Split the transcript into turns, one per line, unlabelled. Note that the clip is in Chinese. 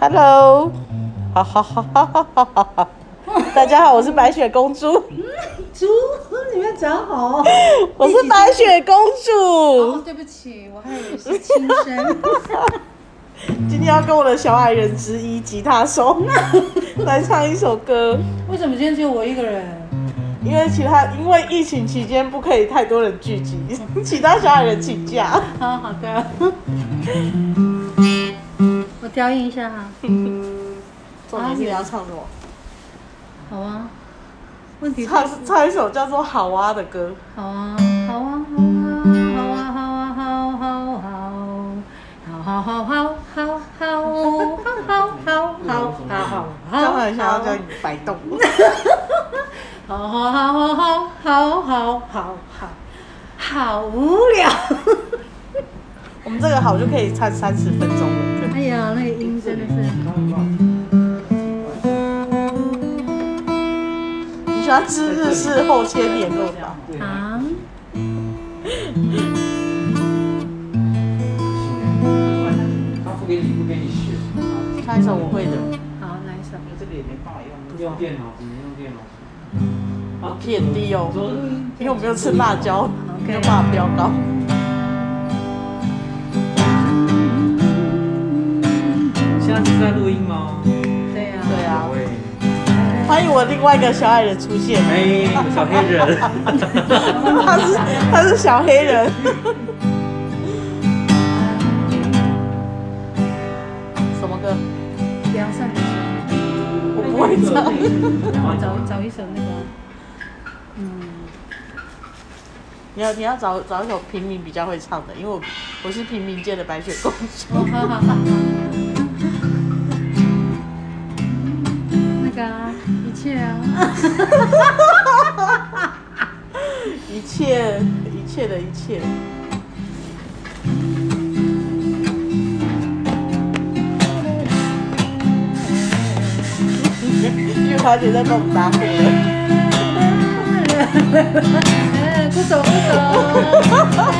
Hello，哈 哈哈哈哈哈哈哈！大家好，我是白雪公主，
猪，你们讲好哦。
我是白雪公主
哦，，对不起，我还以为是亲生。
今天要跟我的小矮人之一吉他 手来唱一首歌，
为什么今天只有我一个人？
因为其他因为疫情期间不可以太多人聚集，其他小矮人请假。
啊，好的。我调音一下哈。
重点是你要唱什么？
好啊。问题是
唱唱一首叫做《好啊》的歌。
好啊，好啊，好啊，好啊，好啊，好啊，好好好好好好好好好好好。
刚才想要叫你摆动，
好好好好好好好好，好无聊。
我们这个好就可以唱三十分钟了。
哎呀，那个音真的是，
你喜欢吃日式厚切牛肉吧？
啊，
他不给你，不给你学。
唱一首我会的，
好哪一首？
那这个也没办法用，用电脑，只能用电脑。
我偏低哦
我，说
因为我没有吃辣椒，没有
OK
办法飙高。
现在是在录音吗？
对呀、
对啊，
喂，
欢迎我另外一个小矮人出现，
哎，小黑 人，
他是他是小黑人，什么歌？
不要上一首，
我不 会唱。
找找一首那个，嗯，
你要你要找找一首平民比较会唱的，因为我我是平民界的白雪公主。
哦，好好好，那个啊一切啊，
一切一切的一切。 月华姐在帮我们打黑了，
哎不走不走。